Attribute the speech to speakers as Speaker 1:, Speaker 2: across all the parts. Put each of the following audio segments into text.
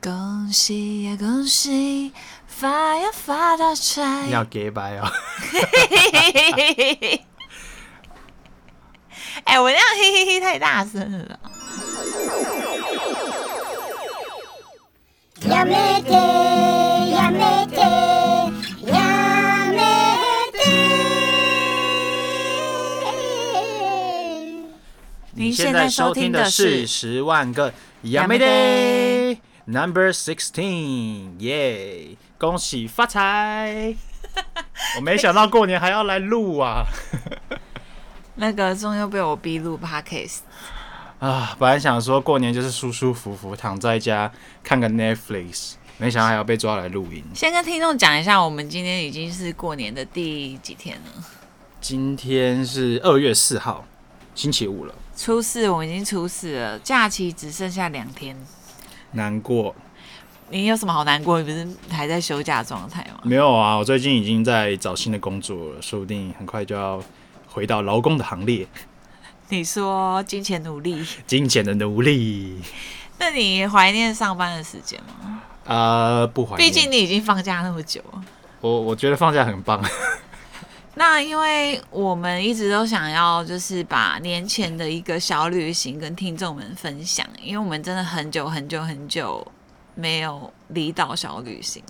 Speaker 1: 恭喜呀恭喜，发呀发大
Speaker 2: 你 好
Speaker 1: 财！
Speaker 2: 给白 哦，
Speaker 1: 哎、我那样嘿嘿嘿太大声了啦。
Speaker 3: やめてやめてやめて
Speaker 1: 您
Speaker 2: 现
Speaker 1: 现
Speaker 2: 在
Speaker 1: 在
Speaker 2: 收
Speaker 1: 收
Speaker 2: 听
Speaker 1: 听
Speaker 2: 的
Speaker 1: 的
Speaker 2: 是
Speaker 1: 是
Speaker 2: 十万个 Yamete Number Sixteen，耶！恭喜发 财！我没想到过年还要来录啊
Speaker 1: 那个终于被我逼录 podcast，
Speaker 2: 啊！本来想说过年就是舒舒服服躺在家看个 Netflix，没想到还要被抓来录音。
Speaker 1: 先跟听众讲一下，我们今天已经是过年的第几天了？
Speaker 2: 今天是二月四号，星期五了，
Speaker 1: 初四，我们已经初四了，假期只剩下两天。
Speaker 2: 难过
Speaker 1: 你有什么好难过？你不是还在休假状态吗？
Speaker 2: 没有啊？我最近已经在找新的工作了，说不定很快就要回到劳工的行列，
Speaker 1: 你说金钱努力，
Speaker 2: 金钱的奴隶。
Speaker 1: 那你怀念上班的时间吗？
Speaker 2: 呃，不怀念。
Speaker 1: 毕竟你已经放假那么久了。
Speaker 2: 我我觉得放假很棒。
Speaker 1: 那因为我们一直都想要，就是把年前的一个小旅行跟听众们分享，因为我们真的很久很久很久没有离岛小旅行，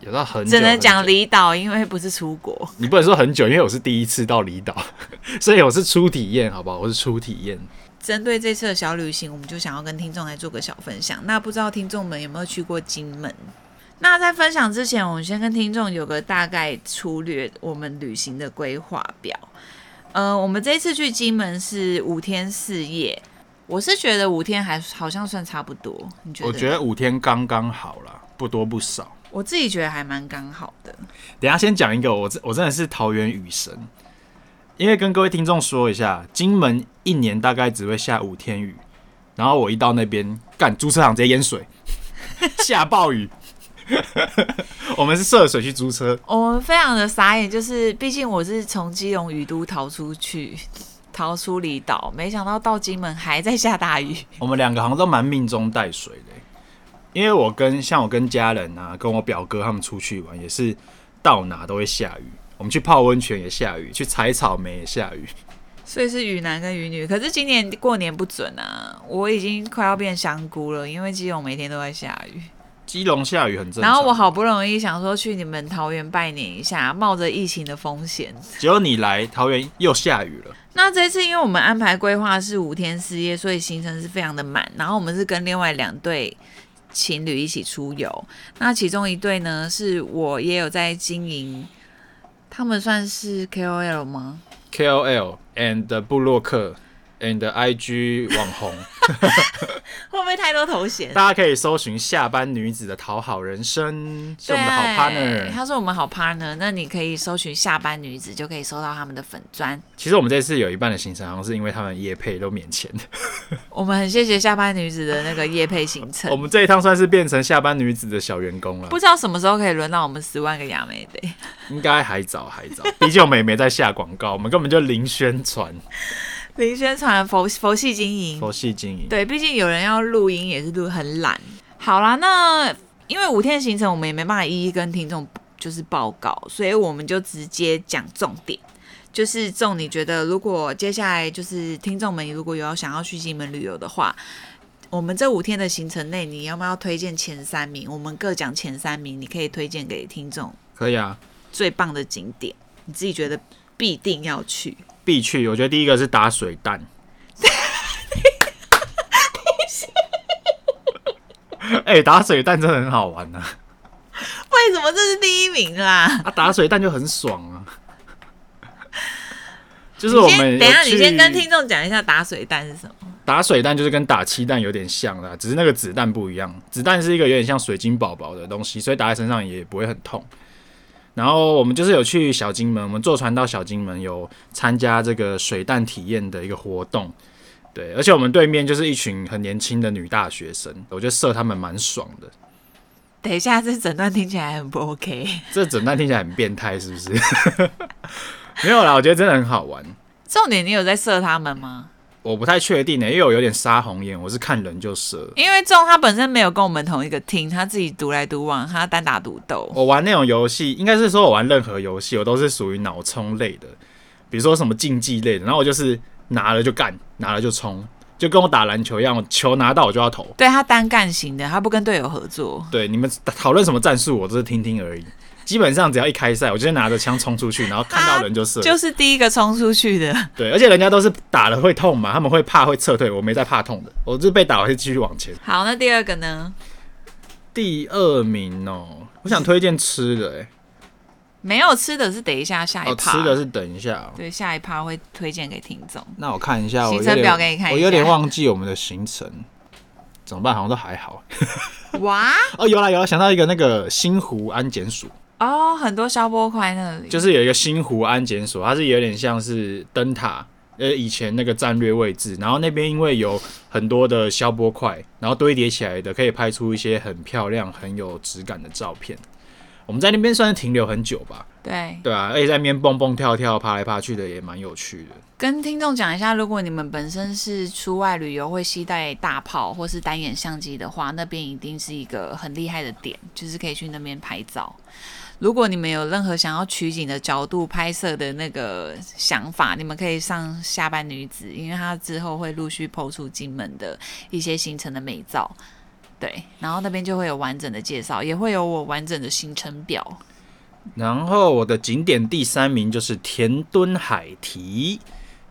Speaker 2: 有到很久，
Speaker 1: 只能讲
Speaker 2: 很久，
Speaker 1: 离岛，因为不是出国。
Speaker 2: 你不能说很久，因为我是第一次到离岛， 所以我是初体验，好不好？我是初体验。
Speaker 1: 针对这次的小旅行，我们就想要跟听众来做个小分享。那不知道听众们有没有去过金门？那在分享之前，我们先跟听众有个大概粗略我们旅行的规划表。呃，我们这次去金门是五天四夜，我是觉得五天还好像算差不多，你觉得？
Speaker 2: 我觉得五天刚刚好啦，不多不少。
Speaker 1: 我自己觉得还蛮刚好的。
Speaker 2: 等一下先讲一个，我真我真的是桃园雨神，因为跟各位听众说一下，金门一年大概只会下五天雨，然后我一到那边，干租车行直接淹水， 下暴雨。 我们是涉水去租车，
Speaker 1: 我们非常的傻眼，就是毕竟我是从基隆雨都逃出去，逃出离岛，没想到到金门还在下大雨。
Speaker 2: 我们两个好像都蛮命中带水的欸、因为我跟像我跟家人啊，跟我表哥他们出去玩，也是到哪都会下雨。我们去泡温泉也下雨，去采草莓也下雨。
Speaker 1: 所以是雨男跟雨女，可是今年过年不准啊！我已经快要变香菇了，因为基隆每天都在下雨。
Speaker 2: 基隆下雨很正常，
Speaker 1: 然后我，好不容易想说去你们桃园拜年一下，冒着疫情的风险。
Speaker 2: 结果你来桃园又下雨了，
Speaker 1: 那这次因为我们安排规划是五天四夜，所以行程是非常的满。然后我们是跟另外两对情侣一起出游，那其中一对呢是我也有在经营，他们算是 KOL 吗？
Speaker 2: KOL and the 布洛克 and the IG 网 红，
Speaker 1: 会不会太多头衔？
Speaker 2: 大家可以搜寻下班女子的讨好人生，是我们的好
Speaker 1: 对
Speaker 2: partner。
Speaker 1: 他是我们好 partner，那你可以搜寻下班女子，就可以搜到他们的粉砖。
Speaker 2: 其实我们这次有一半的行程好像是因为他们夜配都免钱，
Speaker 1: 我们很谢谢下班女子的那个夜配行
Speaker 2: 我
Speaker 1: 程。
Speaker 2: 们这一趟算是变成下班女子的小员工了
Speaker 1: 不，知道什么时候可以轮到我们十万个亚美 得。
Speaker 2: 应该还早还早，毕竟我们也没在下广告，我们根本就零宣传，
Speaker 1: 零宣传佛佛系经营，
Speaker 2: 佛系经营。
Speaker 1: 对，毕竟有人要录音也是录很懒。好啦，那因为五天行程我们也没办法一一跟听众就是报告，所以我们就直接讲重点。就是重，你觉得如果接下来就是听众们如果有想要去金门旅游的话，我们这五天的行程内，你要不要推荐前三名？我们各讲前三名，你可以推荐给听众
Speaker 2: 可以啊，
Speaker 1: 最棒的景点，你自己觉得必定要去。
Speaker 2: 必去。我觉得第一个是打水弹。哎、打水弹真的很好玩啊！
Speaker 1: 为什么这是第一名啦？
Speaker 2: 啊，打水弹就很爽啊。就是我
Speaker 1: 你
Speaker 2: 们
Speaker 1: 先等一下，
Speaker 2: 有去
Speaker 1: 你先跟听众讲一下打水弹是什么。
Speaker 2: 打水弹就是跟打气弹有点像啦，只是那个子弹不一样。子弹是一个有点像水晶宝宝的东西，所以打在身上也不会很痛。然后我们就是有去小金门，我们坐船到小金门，有参加这个水弹体验的一个活动。对，而且我们对面就是一群很年轻的女大学生，我觉得射他们蛮爽的。
Speaker 1: 等一下，这整段听起来很不 OK。
Speaker 2: 这整段听起来很变态，是不 是？没有啦，我觉得真的很好玩。
Speaker 1: 重点，你有在射他们吗？
Speaker 2: 我不太确定呢、欸因为我有点杀红眼，我是看人就射。
Speaker 1: 因为仲他本身没有跟我们同一个厅，他自己独来独往，他单打独斗。
Speaker 2: 我玩那种游戏，应该是说我玩任何游戏，我都是属于脑冲类的，比如说什么竞技类的，然后我就是拿了就干，拿了就冲，就跟我打篮球一样，我球拿到我就要投。
Speaker 1: 对他单干型的，他不跟队友合作。
Speaker 2: 对，你们讨论什么战术，我只是听听而已。基本上只要一开赛，我就拿着枪冲出去，然后看到人就射。
Speaker 1: 啊就是第一个冲出去的，
Speaker 2: 对，而且人家都是打了会痛嘛，他们会怕会撤退，我没在怕痛的，我就被打我会继续往前。
Speaker 1: 好，那第二个呢？
Speaker 2: 第二名哦，我想推荐吃的、欸，
Speaker 1: 没有吃的是等一下下
Speaker 2: 哎，
Speaker 1: 一
Speaker 2: 哦，
Speaker 1: 趴、
Speaker 2: 吃的是等一下、哦。
Speaker 1: 对下一趴会推荐给听众。
Speaker 2: 那我看一下，我
Speaker 1: 行
Speaker 2: 有
Speaker 1: 程
Speaker 2: 点
Speaker 1: 表给你看一
Speaker 2: 我有点
Speaker 1: 下
Speaker 2: 忘记我们的行程，怎么办？好像都还好。
Speaker 1: 哇
Speaker 2: 哦，有啦有啦，想到一个那个新湖安检署，
Speaker 1: 哦，很多消波块那里，
Speaker 2: 就是有一个新湖安检所，它是有点像是灯塔，呃，以前那个战略位置。然后那边因为有很多的消波块，然后堆叠起来的，可以拍出一些很漂亮、很有质感的照片。我们在那边算是停留很久吧，
Speaker 1: 对。
Speaker 2: 对啊，而且在那边蹦蹦跳跳、爬来爬去的也蛮有趣的。
Speaker 1: 跟听众讲一下，如果你们本身是出外旅游会携带大炮或是单眼相机的话，那边一定是一个很厉害的点，就是可以去那边拍照。如果你们有任何想要取景的角度拍摄的那个想法，你们可以上下班女子，因为她之后会陆续抛出金门的一些行程的美照。对，然后那边就会有完整的介绍，也会有我完整的行程表。
Speaker 2: 然后我的景点第三名就是田墩海堤，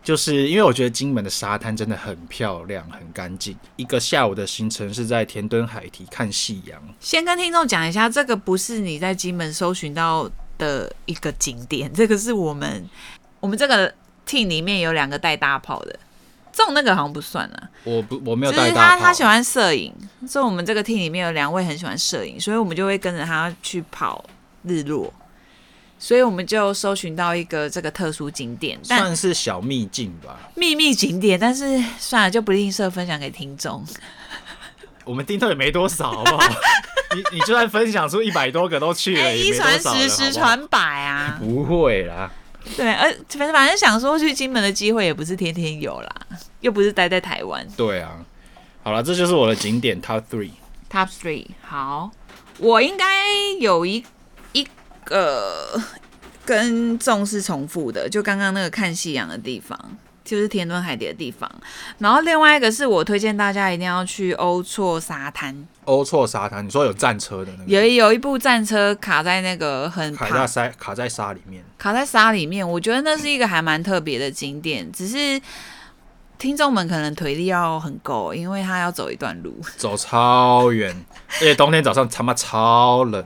Speaker 2: 就是因为我觉得金门的沙滩真的很漂亮、很干净。一个下午的行程是在田墩海堤看夕阳，
Speaker 1: 先跟听众讲一下，这个不是你在金门搜寻到的一个景点，这个是我们我们这个 team 里面有两个带大炮的，中那个好像不算啊，
Speaker 2: 我不我没有
Speaker 1: 就
Speaker 2: 带
Speaker 1: 是
Speaker 2: 大
Speaker 1: 他
Speaker 2: 炮，
Speaker 1: 他喜欢摄影，所以我们这个 team 里面有两位很喜欢摄影，所以我们就会跟着他去跑日落，所以我们就搜寻到一个这个特殊景点，但
Speaker 2: 算是小秘境吧。
Speaker 1: 秘密景点，但是算了，就不吝啬分享给听众。
Speaker 2: 我们订到也没多少，好不好？你你就算分享出一百多个都去了，
Speaker 1: 哎，
Speaker 2: 也
Speaker 1: 一
Speaker 2: 没多
Speaker 1: 传
Speaker 2: 少了
Speaker 1: 十，十
Speaker 2: 好
Speaker 1: 传百啊！
Speaker 2: 不好不会啦。
Speaker 1: 对，而反正反正想说去金门的机会也不是天天有啦，又不是待在台湾。
Speaker 2: 对啊，好了，这就是我的景点 Top Three。
Speaker 1: Top three，好，我应该有一一个跟众是重复的，就刚刚那个看夕阳的地方，就是天伦海底的地方。然后另外一个是我推荐大家一定要去欧措沙滩，
Speaker 2: 欧错沙滩，你说有战车的那个，
Speaker 1: 有有一部战车卡在那个很
Speaker 2: 卡
Speaker 1: 庞
Speaker 2: 在沙卡在沙里面。
Speaker 1: 卡在沙里面，我觉得那是一个还蛮特别的景点，只是听众们可能腿力要很够，因为他要走一段路，
Speaker 2: 走超远，而且冬天早上他妈超冷，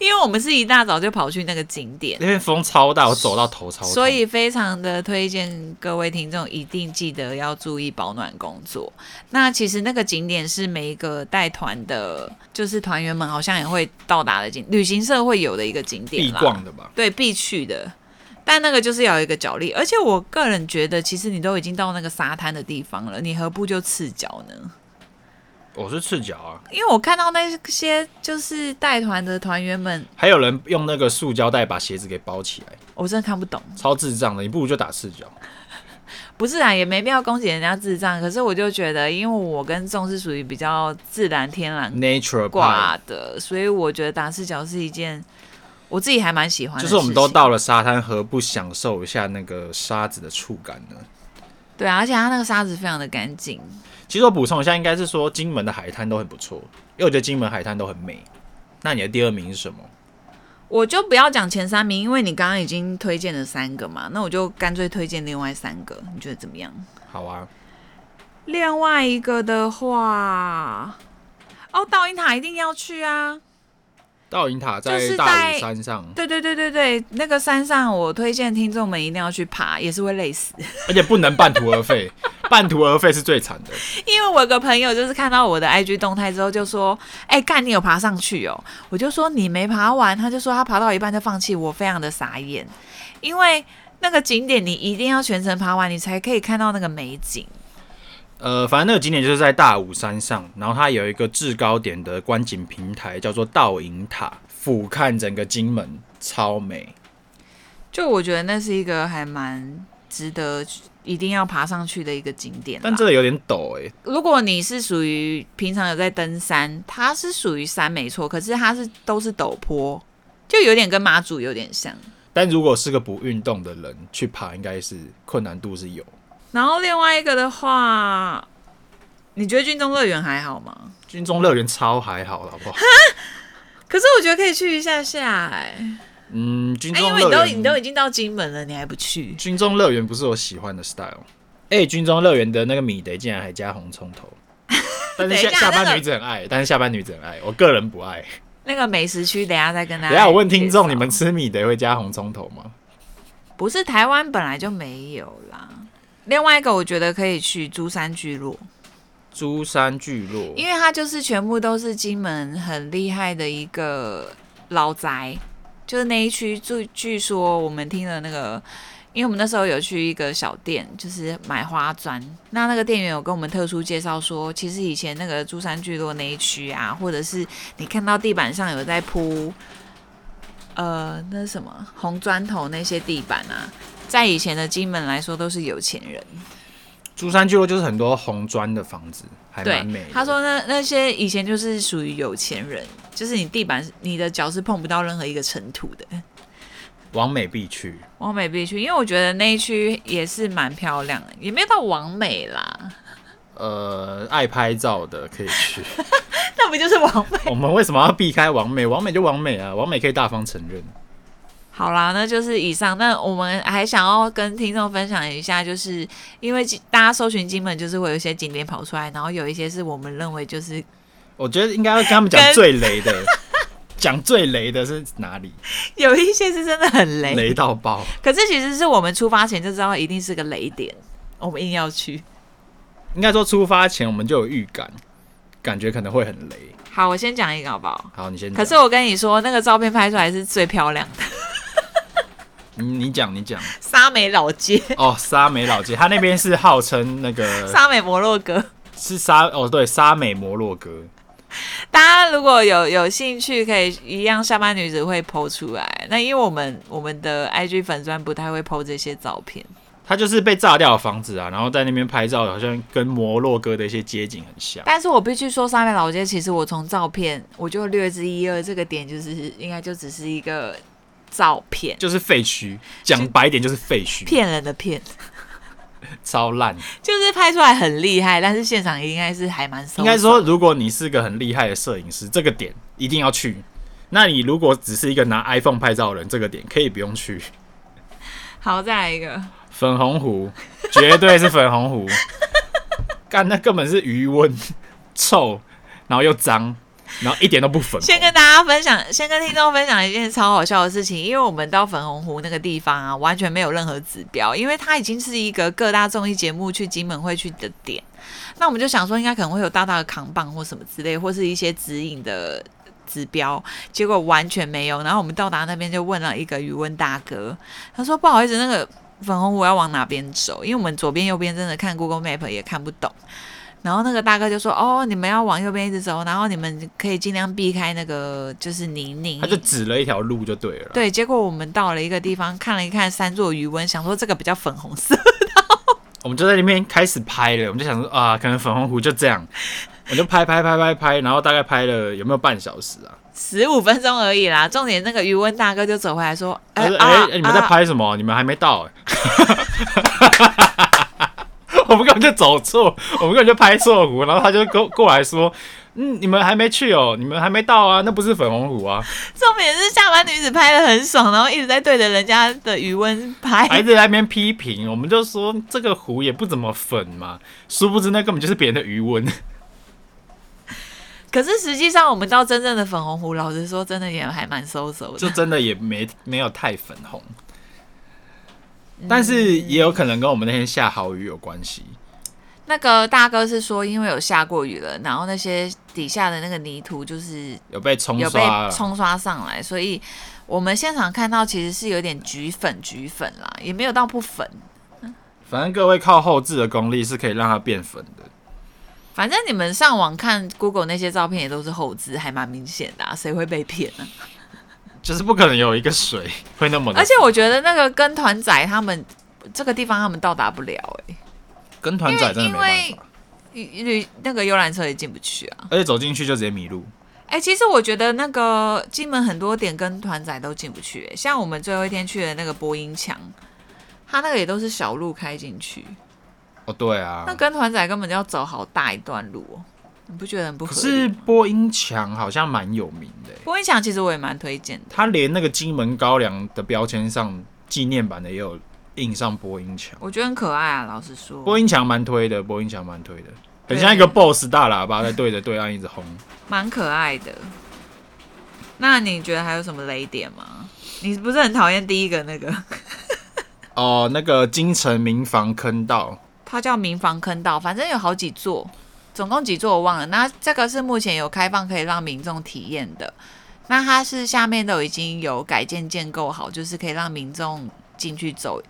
Speaker 1: 因为我们是一大早就跑去那个景点，
Speaker 2: 那边风超大，我走到头超痛。
Speaker 1: 所以非常的推荐各位听众一定记得要注意保暖工作。那其实那个景点是每一个带团的，就是团员们好像也会到达的景，旅行社会有的一个景
Speaker 2: 必
Speaker 1: 点啦。
Speaker 2: 逛的吧？
Speaker 1: 对，必去的。但那个就是要有一个脚力，而且我个人觉得，其实你都已经到那个沙滩的地方了，你何不就赤脚呢？
Speaker 2: 我是赤脚啊，
Speaker 1: 因为我看到那些就是带团的团员们，
Speaker 2: 还有人用那个塑胶袋把鞋子给包起来，
Speaker 1: 我真的看不懂。
Speaker 2: 超智障的。你不如就打赤脚。
Speaker 1: 不是啊，也没必要攻击人家智障。可是我就觉得，因为我跟众是属于比较自然天然
Speaker 2: Nature
Speaker 1: 挂
Speaker 2: Park，
Speaker 1: 的，所以我觉得打赤脚是一件我自己还蛮喜欢的
Speaker 2: 就
Speaker 1: 事情。
Speaker 2: 是我们都到了沙滩，何不享受一下那个沙子的触感呢？
Speaker 1: 对啊，而且它那个沙子非常的干净。
Speaker 2: 其实我补充一下，应该是说金门的海滩都很不错，因为我觉得金门海滩都很美。那你的第二名是什么？
Speaker 1: 我就不要讲前三名，因为你刚刚已经推荐了三个嘛，那我就干脆推荐另外三个，你觉得怎么样？
Speaker 2: 好啊，
Speaker 1: 另外一个的话，哦，倒影塔一定要去啊！
Speaker 2: 倒影塔
Speaker 1: 就
Speaker 2: 在
Speaker 1: 是
Speaker 2: 大
Speaker 1: 在
Speaker 2: 武山上，
Speaker 1: 对对对对对，那个山上我推荐听众们一定要去爬，也是会累死。
Speaker 2: 而且不能半途而废， 半途而废是最惨的。
Speaker 1: 因为我有个朋友就是看到我的 IG 动态之后就说：“哎、干你有爬上去哦？”我就说：“你没爬完。”他就说他爬到一半就放弃，我非常的傻眼，因为那个景点你一定要全程爬完，你才可以看到那个美景。
Speaker 2: 呃，反正那个景点就是在大武山上，然后它有一个制高点的观景平台，叫做倒影塔，俯瞰整个金门，超美。
Speaker 1: 就我觉得那是一个还蛮值得一定要爬上去的一个景点啦。
Speaker 2: 但这个有点陡哎、
Speaker 1: 如果你是属于平常有在登山，它是属于山没错，可是它是都是陡坡，就有点跟马祖有点像。
Speaker 2: 但如果是个不运动的人去爬，应该是困难度是有。
Speaker 1: 然后另外一个的话，你觉得军中乐园还好吗？
Speaker 2: 军中乐园超还好了，好不好？
Speaker 1: 可是我觉得可以去一下下哎、
Speaker 2: 嗯，军
Speaker 1: 哎、
Speaker 2: 中
Speaker 1: 因为你
Speaker 2: 乐
Speaker 1: 都你都
Speaker 2: 园，
Speaker 1: 已经到金门了，你还不去？
Speaker 2: 军中乐园不是我喜欢的 style。哎、军中乐园的那个米德竟然还加红葱 头，但是
Speaker 1: 等一
Speaker 2: 下
Speaker 1: 下
Speaker 2: 下
Speaker 1: 那
Speaker 2: 班
Speaker 1: 个
Speaker 2: 女子很爱，但是下班女子很爱，我个人不爱。
Speaker 1: 那个美食区，等一下再跟大
Speaker 2: 等
Speaker 1: 家。
Speaker 2: 一下我问听众，你们吃米德会加红葱头吗？
Speaker 1: 不是台湾本来就没有啦。另外一个我觉得可以去珠山聚落，
Speaker 2: 珠山聚落，
Speaker 1: 因为它就是全部都是金门很厉害的一个老宅，就是那一区。据据说我们听了那个，因为我们那时候有去一个小店，就是买花砖，那那个店员有跟我们特殊介绍说，其实以前那个珠山聚落那一区啊，或者是你看到地板上有在铺。呃，那什么红砖头那些地板啊，在以前的金门来说都是有钱人。
Speaker 2: 珠山聚落就是很多红砖的房子，还蛮美的。
Speaker 1: 他说那那些以前就是属于有钱人，就是你地板你的脚是碰不到任何一个尘土的。
Speaker 2: 往美必去，
Speaker 1: 往美必去，因为我觉得那一区也是蛮漂亮的，也没有到完美啦，
Speaker 2: 呃，爱拍照的可以 去。
Speaker 1: 那不就是完美？
Speaker 2: 我们为什么要避开王美？王美就王美啊，王美可以大方承认。
Speaker 1: 好啦，那就是以上。那我们还想要跟听众分享一下，就是因为金大家搜寻金门，就是会有一些景点跑出来，然后有一些是我们认为就是
Speaker 2: 我觉得应该要跟他们讲
Speaker 1: 跟
Speaker 2: 最雷的， 讲最雷的是哪里？
Speaker 1: 有一些是真的很雷，
Speaker 2: 雷到爆！
Speaker 1: 可是其实是我们出发前就知道一定是个雷点，我们硬要去。
Speaker 2: 应该说出发前我们就有预感，感觉可能会很雷。
Speaker 1: 好，我先讲一个好不好？
Speaker 2: 好，你先讲。
Speaker 1: 嗯可是我跟你说，那个照片拍出来是最漂亮的，
Speaker 2: 你你讲你讲
Speaker 1: 沙美老街、
Speaker 2: 哦，沙美老街，它那边是号称那 个
Speaker 1: 沙美摩洛哥。
Speaker 2: 是沙哦，对，沙美摩洛哥。
Speaker 1: 大家如果有有兴趣，可以一样下班女子会 PO 出来。那因为我们我们的 IG 粉砖不太会 PO 这些照片，
Speaker 2: 它就是被炸掉的房子啊，然后在那边拍照，好像跟摩洛哥的一些街景很像。
Speaker 1: 但是我必须说，沙美老街其实我从照片我就略知一二，这个点就是应该就只是一个照片，
Speaker 2: 就是废墟，讲白一点就是废墟，
Speaker 1: 骗人的骗，
Speaker 2: 超烂。
Speaker 1: 就是拍出来很厉害，但是现场应该是还蛮收手
Speaker 2: 应该说，如果你是个很厉害的摄影师，这个点一定要去。那你如果只是一个拿 iPhone 拍照的人，这个点可以不用去。
Speaker 1: 好，再来一个。
Speaker 2: 粉红湖绝对是粉红湖，干那根本是余温，臭，然后又脏，然后一点都不粉红。
Speaker 1: 先跟大家分享，先跟听众分享一件超好笑的事情，因为我们到粉红湖那个地方啊，完全没有任何指标，因为它已经是一个各大综艺节目去金门会去的点。那我们就想说，应该可能会有大大的扛棒或什么之类，或是一些指引的指标，结果完全没有。然后我们到达那边就问了一个余温大哥，他说不好意思，那个粉红湖要往哪边走？因为我们左边右边真的看 Google Map 也看不懂。然后那个大哥就说：“哦，你们要往右边一直走，然后你们可以尽量避开那个就是泥泞。”
Speaker 2: 他就指了一条路就对了。，
Speaker 1: 对，结果我们到了一个地方，看了一看三座余温，想说这个比较粉红色，
Speaker 2: 我们就在那边开始拍了，我们就想说啊，可能粉红湖就这样， 我就拍拍拍拍拍，然后大概拍了有没有半小时啊？
Speaker 1: 十五分钟而已啦。重点那个余温大哥就走回来说：“哎、
Speaker 2: 哎、
Speaker 1: 啊
Speaker 2: 哎、你们在
Speaker 1: 啊
Speaker 2: 拍什么？你们还没到、 欸。我们根本就走错，我们根本就拍错湖，然后他就过 过来说：“嗯，你们还没去哦，你们还没到啊，那不是粉红湖啊，
Speaker 1: 重点是下班女子拍的很爽，然后一直在对着人家的余温
Speaker 2: 还
Speaker 1: 拍。
Speaker 2: 在那边批评。”我们就说这个湖也不怎么粉嘛，殊不知那根本就是别人的余温。
Speaker 1: 可是实际上，我们到真正的粉红湖，老实说，真的也还蛮收手的。
Speaker 2: 就真的也没没有太粉红，
Speaker 1: 嗯
Speaker 2: 但是也有可能跟我们那天下好雨有关系。
Speaker 1: 那个大哥是说，因为有下过雨了，然后那些底下的那个泥土就是
Speaker 2: 有被冲
Speaker 1: 有被
Speaker 2: 刷啊了，
Speaker 1: 冲刷上来，所以我们现场看到其实是有点橘粉橘粉啦，也没有到不粉。
Speaker 2: 反正各位靠后置的功力是可以让它变粉的。
Speaker 1: 反正你们上网看 Google 那些照片也都是后置，还蛮明显的、啊，谁会被骗呢、
Speaker 2: 就是不可能有一个水会那么的，
Speaker 1: 而且我觉得那个跟团仔他们这个地方他们到达不了哎、
Speaker 2: 跟团仔真的没办
Speaker 1: 因为
Speaker 2: 法，
Speaker 1: 旅旅那个游览车也进不去啊。
Speaker 2: 而且走进去就直接迷路。
Speaker 1: 哎、其实我觉得那个金门很多点跟团仔都进不去、哎像我们最后一天去的那个播音墙，它那个也都是小路开进去，
Speaker 2: 哦，对啊
Speaker 1: 那，跟团仔根本就要走好大一段路哦，你不觉得很不合
Speaker 2: 可
Speaker 1: 理
Speaker 2: 是
Speaker 1: 吗？
Speaker 2: 播音墙好像蛮有名的欸，
Speaker 1: 播音墙其实我也蛮推荐的，
Speaker 2: 它连那个金门高粱的标签上纪念版的也有印上播音墙。
Speaker 1: 我觉得很可爱啊，老实说。
Speaker 2: 播音墙蛮推的，播音墙蛮推的，很
Speaker 1: 对
Speaker 2: 像一个 BOSS 大喇叭在对着对岸一直轰。
Speaker 1: 蛮可爱的。那你觉得还有什么雷点吗？你不是很讨厌第一个那个？
Speaker 2: 哦，那个京城民房坑道，
Speaker 1: 它叫民房坑道，反正有好几座，总共几座我忘了。那这个是目前有开放可以让民众体验的。那它是下面都已经有改建建构好，就是可以让民众进去走，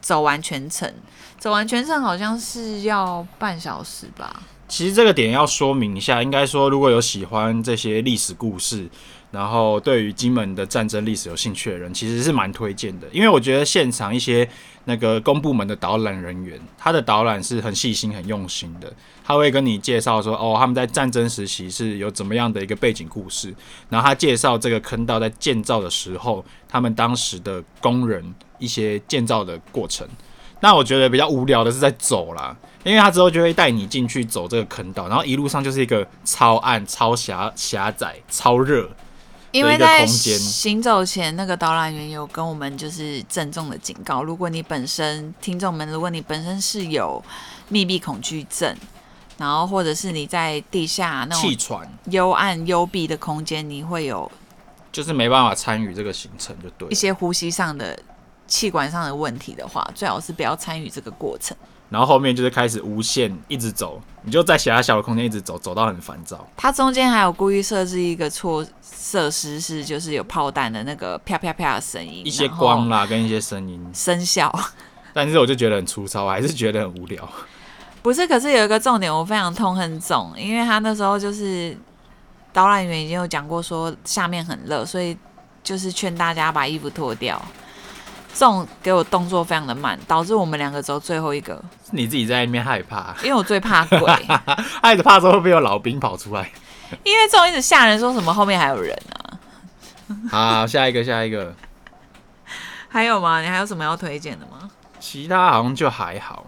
Speaker 1: 走完全程。走完全程好像是要半小时吧？
Speaker 2: 其实这个点要说明一下，应该说如果有喜欢这些历史故事，然后对于金门的战争历史有兴趣的人，其实是蛮推荐的。因为我觉得现场一些那个公部门的导览人员，他的导览是很细心、很用心的，他会跟你介绍说，哦，他们在战争时期是有怎么样的一个背景故事，然后他介绍这个坑道在建造的时候，他们当时的工人一些建造的过程。那我觉得比较无聊的是在走啦，因为他之后就会带你进去走这个坑道，然后一路上就是一个超暗、超狭狭窄、超热。
Speaker 1: 因为
Speaker 2: 一个
Speaker 1: 在
Speaker 2: 空间
Speaker 1: 行走前，那个导览员有跟我们就是郑重的警告，如果你本身听众们，如果你本身是有密闭恐惧症，然后或者是你在地下那种
Speaker 2: 气喘，
Speaker 1: 幽暗幽闭的空间，你会有
Speaker 2: 就是没办法参与这个行程，就对
Speaker 1: 一。些呼吸上的、气管上的问题的话，最好是不要参与这个过程。
Speaker 2: 然后后面就是开始无限一直走，你就在狭小的空间一直走，走到很烦躁。
Speaker 1: 它中间还有故意设置一个措设施，是就是有炮弹的那个啪啪啪的声音，
Speaker 2: 一些
Speaker 1: 然后
Speaker 2: 光啦，跟一些声音，
Speaker 1: 声效。
Speaker 2: 但是我就觉得很粗糙，还是觉得很无聊。
Speaker 1: 不是，可是有一个重点，我非常痛恨重，因为他那时候就是导览员已经有讲过说下面很热，所以就是劝大家把衣服脱掉。重给我动作非常的慢，导致我们两个走最后一个，
Speaker 2: 是你自己在那边害怕，
Speaker 1: 因为我最怕鬼，
Speaker 2: 害着怕之后会不会有老兵跑出来？
Speaker 1: 因为重一直吓人，说什么后面还有人啊？
Speaker 2: 好，下一个，下一个，
Speaker 1: 还有吗？你还有什么要推荐的吗？
Speaker 2: 其他好像就还好。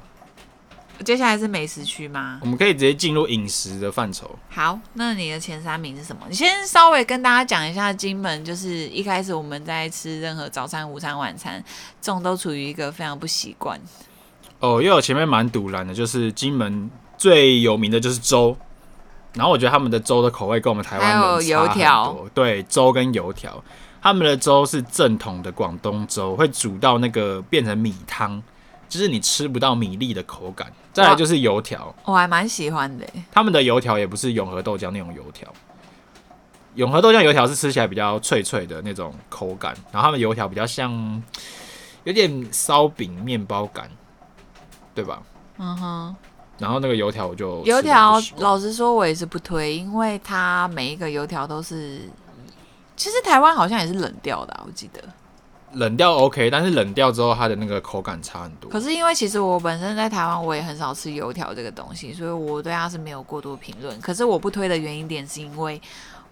Speaker 1: 接下来是美食区吗
Speaker 2: 我？们可以直接进入饮食的范畴。
Speaker 1: 好，那你的前三名是什么？你先稍微跟大家讲一下金门，就是一开始我们在吃任何早餐、午餐、晚餐，这种都处于一个非常不习惯。
Speaker 2: 哦，因为我前面蛮堵然的，就是金门最有名的就是粥，然后我觉得他们的粥的口味跟我们台湾人
Speaker 1: 还有
Speaker 2: 差很
Speaker 1: 油条
Speaker 2: 多，对，粥跟油条，他们的粥是正统的广东粥，会煮到那个变成米汤，就是你吃不到米粒的口感。再来就是油条，
Speaker 1: 我哦还蛮喜欢的欸，
Speaker 2: 他们的油条也不是永和豆浆那种油条。永和豆浆油条是吃起来比较脆脆的那种口感，然后他们油条比较像有点烧饼面包感，对吧？
Speaker 1: 嗯哼，
Speaker 2: 然后那个油条我就
Speaker 1: 油
Speaker 2: 吃得
Speaker 1: 条
Speaker 2: 不习惯
Speaker 1: 老实说，我也是不推，因为它每一个油条都是，其实台湾好像也是冷掉的啊、我记得。
Speaker 2: 冷掉 OK，但是冷掉之后它的那个口感差很多。
Speaker 1: 可是因为其实我本身在台湾，我也很少吃油条这个东西，所以我对它是没有过多评论。可是我不推的原因点是因为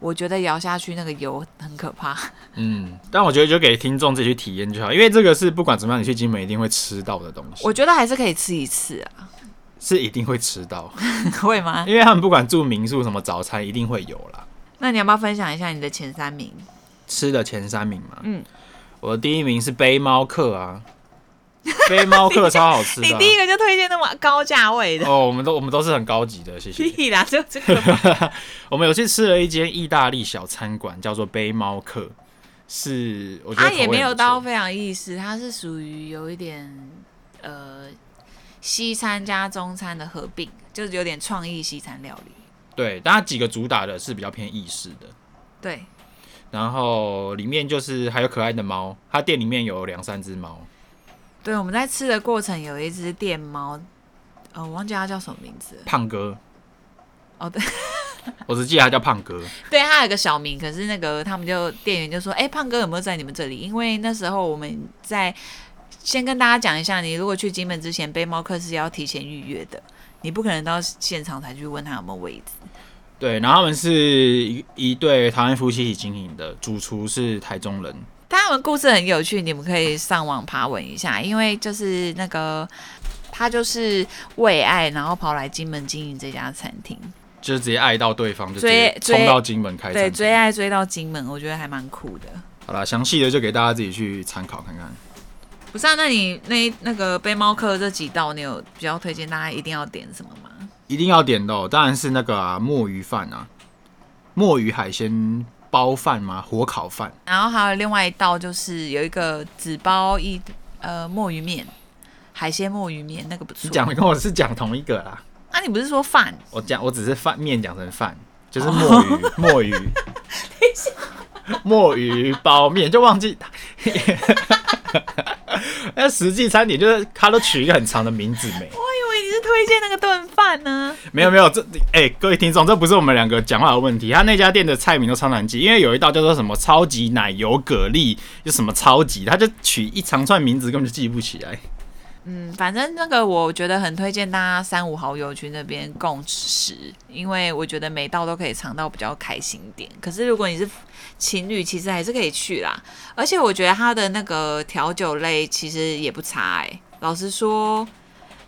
Speaker 1: 我觉得咬下去那个油很可怕。
Speaker 2: 嗯，但我觉得就给听众自己去体验就好，因为这个是不管怎么样你去金门一定会吃到的东西
Speaker 1: 我，觉得还是可以吃一次啊，
Speaker 2: 是一定会吃到，
Speaker 1: 会吗？
Speaker 2: 因为他们不管住民宿什么早餐一定会有啦。
Speaker 1: 那你要不要分享一下你的前三名？
Speaker 2: 吃的前三名嘛，
Speaker 1: 嗯，
Speaker 2: 我的第一名是背猫客啊，背猫客超好吃
Speaker 1: 你
Speaker 2: 的啊、
Speaker 1: 第一个就推荐那么高价位的，
Speaker 2: 哦，我们都我们都是很高级的，谢谢。
Speaker 1: 屁啦，就这个吧
Speaker 2: 我们有去吃了一间意大利小餐馆，叫做背猫客，是 我觉得
Speaker 1: 它也
Speaker 2: 口味
Speaker 1: 没有
Speaker 2: 很不
Speaker 1: 到
Speaker 2: 错
Speaker 1: 非常意思，它是属于有一点呃西餐加中餐的合并，就是有点创意西餐料理。
Speaker 2: 对，但它几个主打的是比较偏意式的，
Speaker 1: 对，
Speaker 2: 然后里面就是还有可爱的猫，它店里面有两三只猫，
Speaker 1: 对，我们在吃的过程有一只电猫，呃，我忘记它叫什么名字了。
Speaker 2: 胖哥，
Speaker 1: 哦，对，
Speaker 2: 我只记得它叫胖哥，
Speaker 1: 对，它有个小名，可是那个他们就店员就说：“哎、胖哥有没有在你们这里？”因为那时候我们在先跟大家讲一下，你如果去金门之前，背包客是要提前预约的，你不可能到现场才去问他有没有位置。
Speaker 2: 对，然后他们是一一对台湾夫妻一起经营的，主厨是台中人。
Speaker 1: 但他们故事很有趣，你们可以上网爬文一下，因为就是那个他就是为爱，然后跑来金门经营这家餐厅，
Speaker 2: 就是直接爱到对方，就直
Speaker 1: 追
Speaker 2: 接冲
Speaker 1: 追
Speaker 2: 到金门开
Speaker 1: 对，
Speaker 2: 战。
Speaker 1: 追爱追到金门，我觉得还蛮酷的。
Speaker 2: 好啦，详细的就给大家自己去参考看看。
Speaker 1: 不是啊，那你那那个背猫客这几道，你有比较推荐大家一定要点什么吗？
Speaker 2: 一定要点的、哦，当然是那个啊，墨鱼饭啊，墨鱼海鲜包饭吗？火烤饭，
Speaker 1: 然后还有另外一道就是有一个纸包一呃墨鱼面，海鲜墨鱼面那个不错
Speaker 2: 你。讲的跟我是讲同一个啦。
Speaker 1: 那、你不是说饭？
Speaker 2: 我讲我只是饭面讲成饭，就是墨鱼、墨鱼，墨鱼包面就忘记。 那实际餐点就是他都取一个很长的名字
Speaker 1: 我
Speaker 2: 没？
Speaker 1: 以为你是推荐那个炖饭呢。
Speaker 2: 没有没有，这哎、各位听众，这不是我们两个讲话的问题，他那家店的菜名都超难记，因为有一道叫做什么超级奶油蛤蜊，就什么超级，他就取一长串名字，根本就记不起来。
Speaker 1: 嗯，反正那个我觉得很推荐大家三五好友去那边共食，因为我觉得每道都可以尝到比较开心一点。可是如果你是情侣，其实还是可以去啦。而且我觉得它的那个调酒类其实也不差哎、老实说，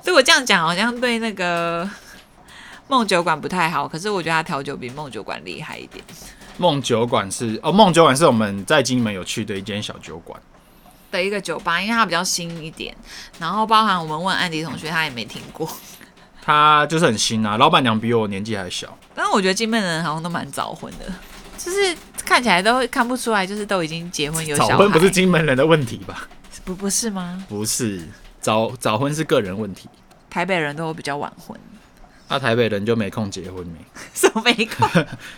Speaker 1: 如果这样讲好像对那个梦酒馆不太好，可是我觉得它调酒比梦酒馆厉害一点。
Speaker 2: 梦酒馆是哦，梦酒馆是我们在金门有去的一间小酒馆，
Speaker 1: 的一个酒吧，因为它比较新一点，然后包含我们问安迪同学，他也没听过。
Speaker 2: 它就是很新啊，老板娘比我年纪还小。
Speaker 1: 但是我觉得金门人好像都蛮早婚的，就是看起来都看不出来，就是都已经结婚有小
Speaker 2: 早
Speaker 1: 孩。
Speaker 2: 婚不是金门人的问题吧？
Speaker 1: 不不是吗？
Speaker 2: 不是，早早婚是个人问题。
Speaker 1: 台北人都比较晚婚，
Speaker 2: 那、台北人就没空结婚没？
Speaker 1: 什么没空。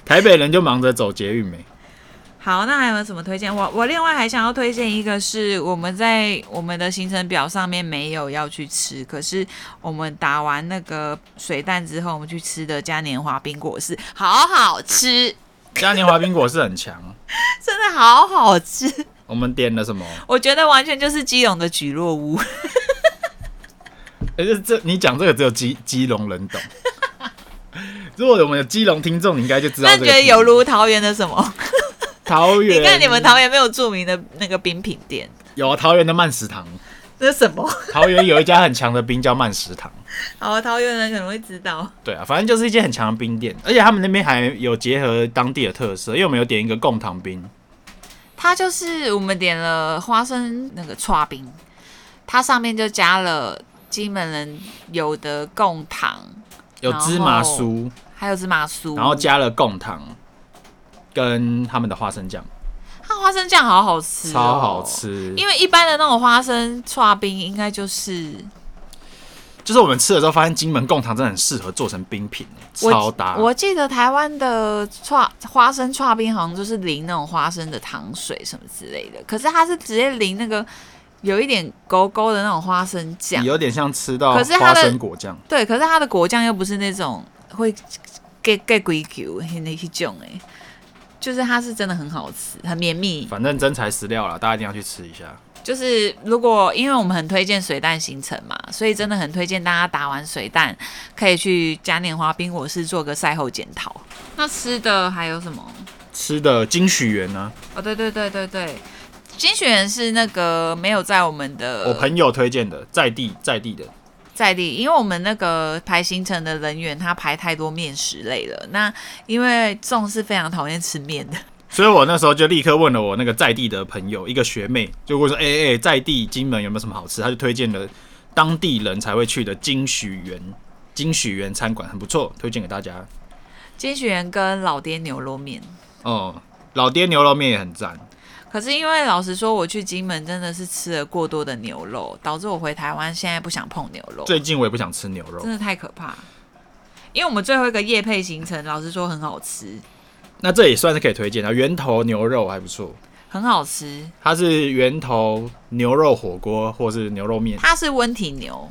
Speaker 2: 台北人就忙着走捷运没？
Speaker 1: 好，那还有什么推荐？我我另外还想要推荐一个是我们在我们的行程表上面没有要去吃，可是我们打完那个水弹之后，我们去吃的嘉年华冰果是好好吃，
Speaker 2: 嘉年华冰果是很强，
Speaker 1: 真的好好吃，
Speaker 2: 我们点了什么？
Speaker 1: 我觉得完全就是基隆的菊落屋。
Speaker 2: 而且哎这你讲这个只有基基隆人懂。如果我们有基隆听众，你应该就知道
Speaker 1: 那
Speaker 2: 这
Speaker 1: 你
Speaker 2: 个。
Speaker 1: 觉得有如桃园的什么？
Speaker 2: 桃园，
Speaker 1: 你看你们桃园没有著名的那个冰品店，
Speaker 2: 有啊桃园的慢食堂，
Speaker 1: 那什 么？
Speaker 2: 桃园有一家很强的冰叫慢食堂。
Speaker 1: 好，哦桃园人可能会知道。
Speaker 2: 对啊，反正就是一间很强的冰店，而且他们那边还有结合当地的特色，因为我们有点一个贡糖冰，
Speaker 1: 它就是我们点了花生那个串冰，它上面就加了金门人有的贡糖，
Speaker 2: 有芝麻酥，
Speaker 1: 还有芝麻酥，
Speaker 2: 然后加了贡糖跟他们的花生酱，
Speaker 1: 它花生酱好好吃、哦
Speaker 2: 超好。吃。
Speaker 1: 嗯因为一般的那种花生串冰应该就是
Speaker 2: 就是我们吃了之后发现金门贡糖真的很适合做成冰品，
Speaker 1: 我
Speaker 2: 超搭。
Speaker 1: 我记得台湾的串花生串冰好像就是淋那种花生的糖水什么之类的，可是它是直接淋那个有一点勾勾的那种花生酱，
Speaker 2: 有点像吃到
Speaker 1: 可是它
Speaker 2: 花
Speaker 1: 的
Speaker 2: 生果酱。
Speaker 1: 对，可是它的果酱又不是那种会 get get 龟球那一种哎、就是它是真的很好吃，很绵密。
Speaker 2: 反正真材实料啦，大家一定要去吃一下。
Speaker 1: 就是如果因为我们很推荐水弹行程嘛，所以真的很推荐大家打完水弹可以去嘉年华冰果室做个赛后检讨。那吃的还有什么？
Speaker 2: 吃的金许园呢，
Speaker 1: 哦，对对对对对，金雪人是那个没有在我们
Speaker 2: 我
Speaker 1: 的
Speaker 2: 朋友推荐的，在地在地的，
Speaker 1: 在地，因为我们那个排行程的人员他排太多面食类了。那因为众是非常讨厌吃面的，
Speaker 2: 所以我那时候就立刻问了我那个在地的朋友，一个学妹，就问说，哎、哎、在地金门有没有什么好吃？他就推荐了当地人才会去的金许园，金许园餐馆很不错，推荐给大家。
Speaker 1: 金雪人跟老爹牛肉面。
Speaker 2: 哦，老爹牛肉面也很赞，
Speaker 1: 可是因为老实说，我去金门真的是吃了过多的牛肉，导致我回台湾现在不想碰牛肉，
Speaker 2: 最近我也不想吃牛肉
Speaker 1: 真。的太可怕。因为我们最后一个夜配行程，老实说很好吃，
Speaker 2: 那这也算是可以推荐的，啊源头牛肉还不错，
Speaker 1: 很好吃。
Speaker 2: 它是源头牛肉火锅或是牛肉面。
Speaker 1: 它是温体牛，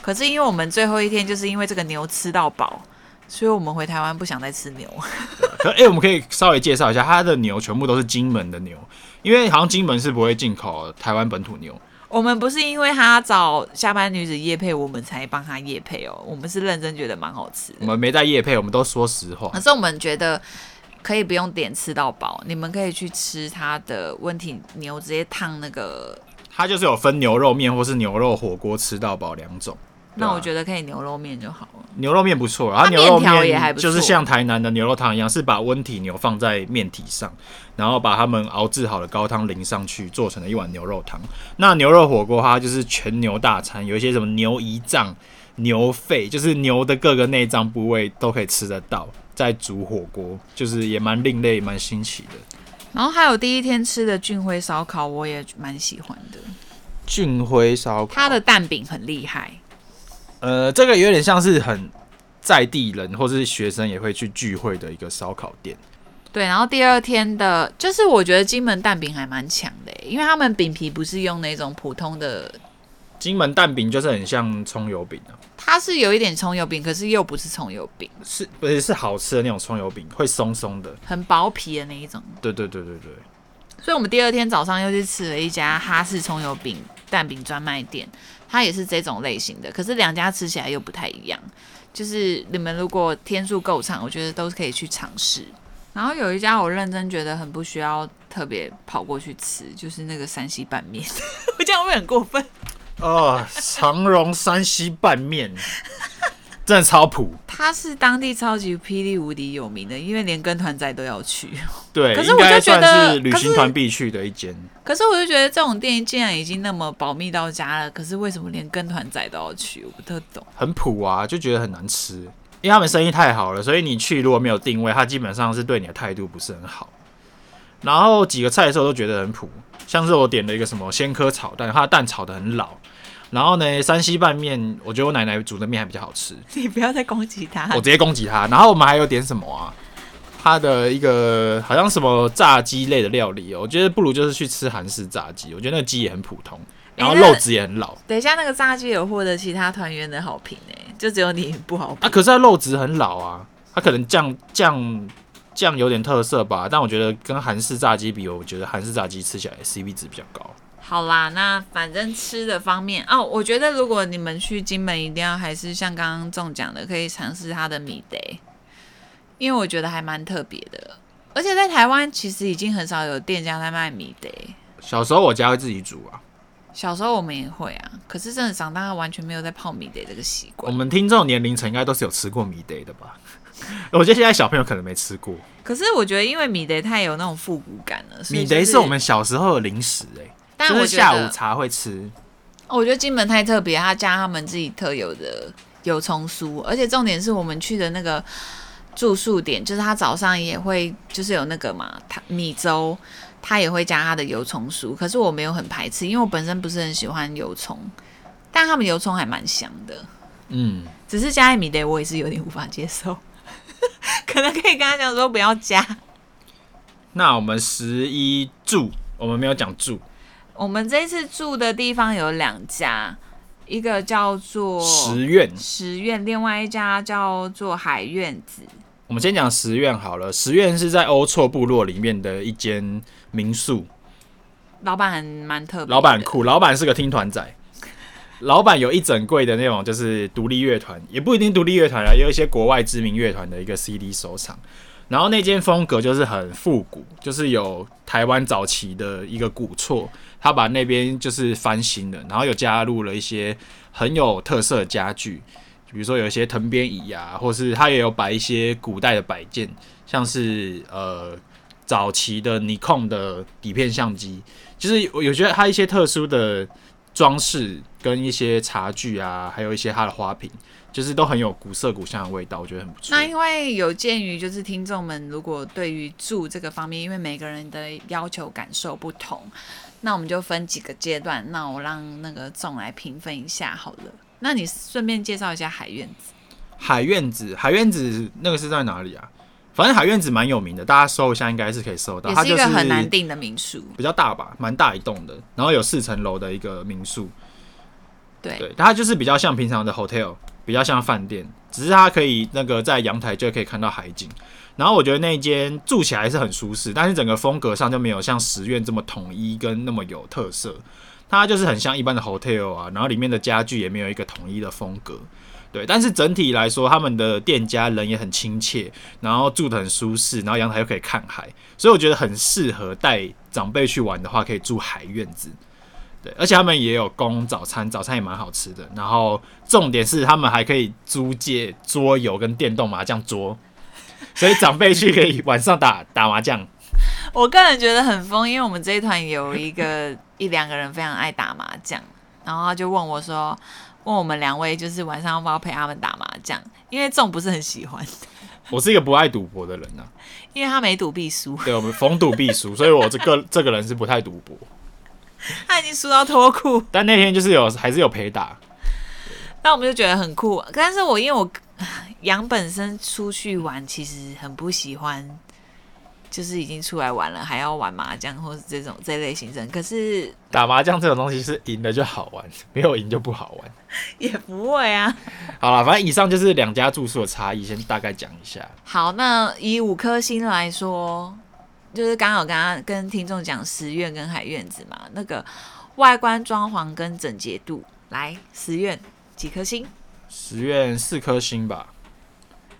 Speaker 1: 可是因为我们最后一天就是因为这个牛吃到饱，所以我们回台湾不想再吃牛。
Speaker 2: 可哎、欸我们可以稍微介绍一下，它的牛全部都是金门的牛，因为好像金门是不会进口台湾本土牛，
Speaker 1: 我们不是因为他找下班女子夜配，我们才帮他夜配哦，我们是认真觉得蛮好吃
Speaker 2: 我
Speaker 1: 的。
Speaker 2: 们没在夜配，我们都说实话
Speaker 1: 可。是我们觉得可以不用点吃到饱，你们可以去吃他的温体牛，直接烫那个。
Speaker 2: 它就是有分牛肉面或是牛肉火锅吃到饱两种。对
Speaker 1: 那
Speaker 2: 啊
Speaker 1: 我觉得可以牛肉面就好了。
Speaker 2: 牛肉面不错，啊它
Speaker 1: 它
Speaker 2: 牛肉
Speaker 1: 面条也还不错
Speaker 2: 就是像台南的牛肉汤一样，是把温体牛放在面体上，然后把他们熬制好的高汤淋上去，做成了一碗牛肉汤。那牛肉火锅它就是全牛大餐，有一些什么牛胰脏、牛肺，就是牛的各个内脏部位都可以吃得到，在煮火锅，就是也蛮另类、蛮新奇的。
Speaker 1: 然后还有第一天吃的俊辉烧烤，我也蛮喜欢的，
Speaker 2: 俊辉烧烤，
Speaker 1: 它的蛋饼很厉害。
Speaker 2: 呃，这个有点像是很在地人或是学生也会去聚会的一个烧烤店。
Speaker 1: 对，然后第二天的，就是我觉得金门蛋饼还蛮强的耶，因为他们饼皮不是用那种普通的，
Speaker 2: 金门蛋饼就是很像葱油饼啊，
Speaker 1: 它是有一点葱油饼，可是又不是葱油饼，
Speaker 2: 是不是是好吃的那种葱油饼，会松松的。
Speaker 1: 很薄皮的那一种。
Speaker 2: 对对对对对，
Speaker 1: 所以我们第二天早上又去吃了一家哈式葱油饼蛋饼专卖店，它也是这种类型的，可是两家吃起来又不太一样。就是你们如果天数够长，我觉得都可以去尝试。然后有一家我认真觉得很不需要特别跑过去吃，就是那个山西拌面， 我这样会不会很过分？
Speaker 2: 哦，长荣山西拌 面，真的超普。
Speaker 1: 它是当地超级霹雳无敌有名的，因为连跟团仔都要去。
Speaker 2: 对，
Speaker 1: 可是
Speaker 2: 应
Speaker 1: 我就
Speaker 2: 该
Speaker 1: 觉得
Speaker 2: 算是旅
Speaker 1: 可
Speaker 2: 行
Speaker 1: 是
Speaker 2: 团必去的一间。
Speaker 1: 可是我就觉得这种店竟然已经那么保密到家了，可是为什么连跟团仔都要去？我不太懂。
Speaker 2: 很普啊，就觉得很难吃，因为他们生意太好了，所以你去如果没有定位，他基本上是对你的态度不是很好。然后几个菜的时候都觉得很普，像是我点了一个什么鲜科炒蛋，它的蛋炒的很老。然后呢，山西拌面，我觉得我奶奶煮的面还比较好吃，
Speaker 1: 你不要再攻击他
Speaker 2: 我直接攻击她。然后我们还有点什么啊？它的一个好像什么炸鸡类的料理哦，我觉得不如就是去吃韩式炸鸡，我觉得那个鸡也很普通，然后
Speaker 1: 哎那
Speaker 2: 肉质也很老。
Speaker 1: 等一下，那个炸鸡有获得其他团员的好评诶、就只有你不好评。
Speaker 2: 啊，可是它肉质很老啊，它可能酱酱酱有点特色吧，但我觉得跟韩式炸鸡比，我觉得韩式炸鸡吃起来 CP 值比较高。
Speaker 1: 好啦，那反正吃的方面哦，我觉得如果你们去金门，一定要还是像刚刚中讲的，可以尝试它的米得，因为我觉得还蛮特别的。而且在台湾其实已经很少有店家在卖米得，
Speaker 2: 小时候我家会自己煮啊，
Speaker 1: 小时候我们也会啊，可是真的长大完全没有在泡米得这个习
Speaker 2: 我
Speaker 1: 惯。
Speaker 2: 们听众年龄层应该都是有吃过米 day 的吧？ 我觉得现在小朋友可能没吃过，
Speaker 1: 可是我觉得，因为米得太有那种复古感了，所以
Speaker 2: 米
Speaker 1: 就
Speaker 2: day 是我们小时候的零食哎、
Speaker 1: 但
Speaker 2: 就
Speaker 1: 我
Speaker 2: 是
Speaker 1: 觉
Speaker 2: 下
Speaker 1: 得
Speaker 2: 午茶会吃。
Speaker 1: 哦我觉得金门太特别，他加他们自己特有的油葱酥，而且重点是我们去的那个住宿点，就是他早上也会就是有那个嘛，他米粥，他也会加他的油葱酥，可是我没有很排斥，因为我本身不是很喜欢油葱，但他们油葱还蛮香的，
Speaker 2: 嗯，
Speaker 1: 只是加在米的我也是有点无法接受， 可能可以跟他讲说不要加。
Speaker 2: 那我们十一住，我们没有讲住，
Speaker 1: 我们这次住的地方有两家，一个叫做
Speaker 2: 十院
Speaker 1: 十院，另外一家叫做海院子。
Speaker 2: 我们先讲十院好了，十院是在欧错部落里面的一间民宿，
Speaker 1: 老板还蛮特别的，
Speaker 2: 老板酷，老板是个听团仔。老板有一整柜的那种，就是独立乐团，也不一定独立乐团啊啦，也有一些国外知名乐团的一个 CD 收藏。然后那间风格就是很复古，就是有台湾早期的一个古厝，他把那边就是翻新了，然后又加入了一些很有特色的家具，比如说有一些藤编椅啊，或是他也有摆一些古代的摆件，像是呃早期的尼控的底片相机，就是我有觉得它一些特殊的装饰跟一些茶具啊，还有一些它的花瓶，就是都很有古色古香的味道，我觉得很不错
Speaker 1: 那。因为有鉴于就是听众们如果对于住这个方面，因为每个人的要求感受不同，那我们就分几个阶段。那我让那个总来评分一下好了。那你顺便介绍一下海院子。
Speaker 2: 海院子，海院子那个是在哪里啊？反正海院子蛮有名的，大家搜一下应该是可以搜到。
Speaker 1: 也
Speaker 2: 它
Speaker 1: 是一
Speaker 2: 就
Speaker 1: 个很难订的民宿，
Speaker 2: 比较大吧，蛮大一栋的，然后有四层楼的一个民宿。
Speaker 1: 对，
Speaker 2: 对，它就是比较像平常的 hotel，比较像饭店，只是它可以那个在阳台就可以看到海景。然后我觉得那间住起来是很舒适，但是整个风格上就没有像十院这么统一跟那么有特色。它就是很像一般的 hotel 啊，然后里面的家具也没有一个统一的风格。对，但是整体来说，他们的店家人也很亲切，然后住得很舒适，然后阳台又可以看海，所以我觉得很适合带长辈去玩的话，可以住海院子。对，而且他们也有供早餐，早餐也蛮好吃的。然后重点是他们还可以租借桌游跟电动麻将桌，所以长辈去可以晚上打 打麻将。
Speaker 1: 我个人觉得很疯，因为我们这一团有一个 一两个人非常爱打麻将，然后他就问我说，问我们两位就是晚上要不要陪他们打麻将，因为仲不是很喜欢，
Speaker 2: 我是一个不爱赌博的人啊，
Speaker 1: 因为他每赌必输，
Speaker 2: 对我们逢赌必输，所以我这个这个人是不太赌博。
Speaker 1: 他已经输到脱裤，
Speaker 2: 但那天就是有还是有陪打，
Speaker 1: 那我们就觉得很酷。但是我因为我杨本身出去玩其实很不喜欢。就是已经出来玩了，还要玩麻将或是这种这类行程，可是
Speaker 2: 打麻将这种东西是赢了就好玩，没有赢就不好玩。
Speaker 1: 也不会啊。
Speaker 2: 好了，反正以上就是两家住宿的差异，先大概讲一下。
Speaker 1: 好，那以五颗星来说，就是刚好刚刚跟听众讲十院跟海院子嘛，那个外观装潢跟整洁度，来十院几颗星，
Speaker 2: 十院四颗星吧，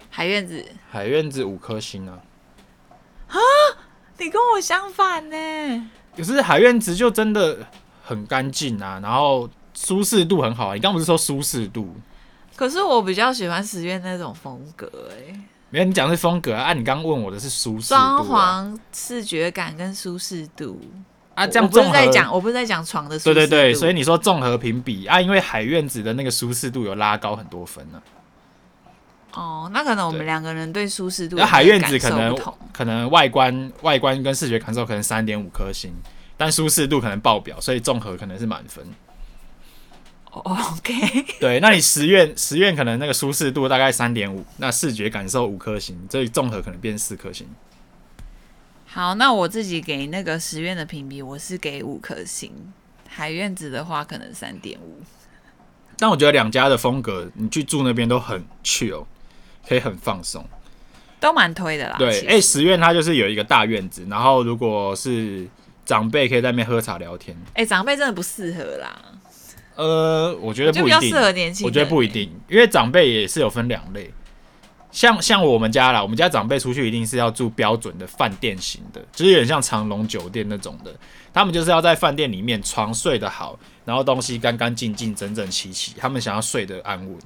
Speaker 1: 海院子
Speaker 2: 海院子五颗星啊。
Speaker 1: 你跟我相反呢，
Speaker 2: 可是海院子就真的很干净啊，然后舒适度很好啊。你刚不是说舒适度？
Speaker 1: 可是我比较喜欢十院那种风格哎、
Speaker 2: 没有，你讲的是风格啊。啊你刚刚问我的是舒适度、啊。
Speaker 1: 装潢视觉感跟舒适度。
Speaker 2: 啊，这样
Speaker 1: 我不
Speaker 2: 综
Speaker 1: 是
Speaker 2: 合
Speaker 1: 在讲，我不是在讲床的舒
Speaker 2: 对
Speaker 1: 适度，
Speaker 2: 对对，所以你说综合评比啊，因为海院子的那个舒适度有拉高很多分呢、啊。
Speaker 1: 哦，那可能我们
Speaker 2: 对
Speaker 1: 两个人对舒适度
Speaker 2: 那海院子可
Speaker 1: 感受
Speaker 2: 能
Speaker 1: 不同
Speaker 2: 可能外观外观跟视觉感受可能三点五颗星，但舒适度可能爆表，所以综合可能是满分。
Speaker 1: 哦，OK，
Speaker 2: 对，那你十院十院可能那个舒适度大概三点五，那视觉感受五颗星，所以综合可能变四颗星。
Speaker 1: 好，那我自己给那个十院的评比，我是给五颗星。海院子的话，可能三点五。
Speaker 2: 但我觉得两家的风格，你去住那边都很 chill，可以很放松。
Speaker 1: 都蛮推的啦。
Speaker 2: 对，
Speaker 1: 啊其
Speaker 2: 哎、
Speaker 1: 实
Speaker 2: 十院它就是有一个大院子，然后如果是长辈可以在那边喝茶聊天。
Speaker 1: 哎、长辈真的不适合啦，
Speaker 2: 呃，我觉得
Speaker 1: 就
Speaker 2: 不
Speaker 1: 比
Speaker 2: 一
Speaker 1: 较
Speaker 2: 定
Speaker 1: 适，合年轻人。
Speaker 2: 我觉得不一定，因为长辈也是有分两类。像像我们家啦，我们家长辈出去一定是要住标准的饭店型的，就是有点像长隆酒店那种的。他们就是要在饭店里面床睡得好，然后东西干干净净、整整齐齐，他们想要睡得安稳。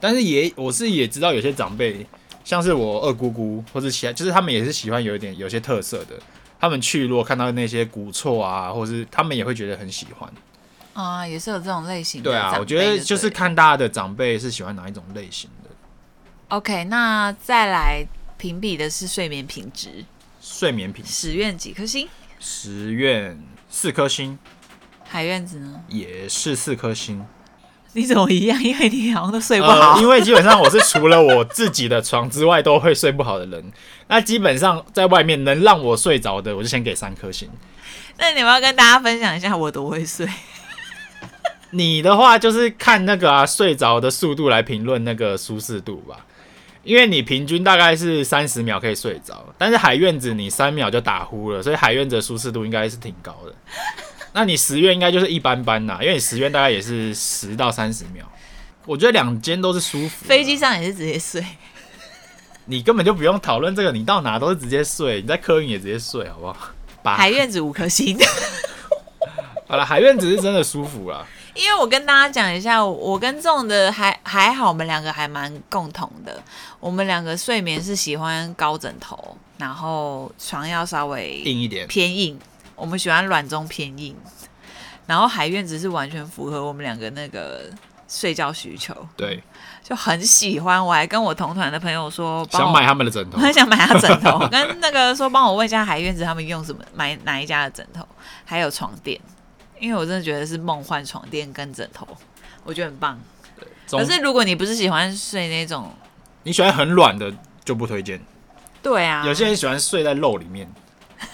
Speaker 2: 但是也我是也知道有些长辈，像是我二姑姑或者其他，就是他们也是喜欢有一点有些特色的。他们去如果看到那些古厝啊，或是他们也会觉得很喜欢。
Speaker 1: 啊、也是有这种类型的
Speaker 2: 对
Speaker 1: 长辈对。
Speaker 2: 啊，我觉得就是
Speaker 1: 了。
Speaker 2: 看大家的长辈是喜欢哪一种类型的。
Speaker 1: OK，那再来评比的是睡眠品质，
Speaker 2: 睡眠品质，
Speaker 1: 十院几颗星？
Speaker 2: 十院四颗星
Speaker 1: 海院子呢？
Speaker 2: 也是四颗星。
Speaker 1: 你怎么一样？因为你好像都睡不好。
Speaker 2: 呃，因为基本上我是除了我自己的床之外都会睡不好的人，那基本上在外面能让我睡着的，我就先给三颗星。
Speaker 1: 那你们要跟大家分享一下我多会睡？
Speaker 2: 你的话就是看那个啊睡着的速度来评论那个舒适度吧，因为你平均大概是三十秒可以睡着，但是海院子你三秒就打呼了，所以海院子的舒适度应该是挺高的。那你十院应该就是一般般啦，因为你十院大概也是十到三十秒，我觉得两间都是舒服的。
Speaker 1: 飞机上也是直接睡。
Speaker 2: 你根本就不用讨论这个，你到哪都是直接睡，你在客运也直接睡，好不好？把
Speaker 1: 海院子五颗星。
Speaker 2: 好了，海院子是真的舒服啦。
Speaker 1: 因为我跟大家讲一下，我我跟仲的还还好，我们两个还蛮共同的。我们两个睡眠是喜欢高枕头，然后床要稍微
Speaker 2: 硬 一点，
Speaker 1: 偏硬，我们喜欢软中偏硬。然后海院只是完全符合我们两个那个睡觉需求，
Speaker 2: 对，
Speaker 1: 就很喜欢。我还跟我同团的朋友说，帮
Speaker 2: 想
Speaker 1: 我
Speaker 2: 买他们的枕头
Speaker 1: 我，很想买他枕 头，跟那个说帮我问一下海院子他们用什么买哪一家的枕头，还有床垫，因为我真的觉得是梦幻床垫跟枕头，我觉得很棒。可
Speaker 2: 总
Speaker 1: 是如果你不是喜欢睡那种，
Speaker 2: 你喜欢很软的就不推荐，
Speaker 1: 对啊，
Speaker 2: 有些人喜欢睡在肉里面，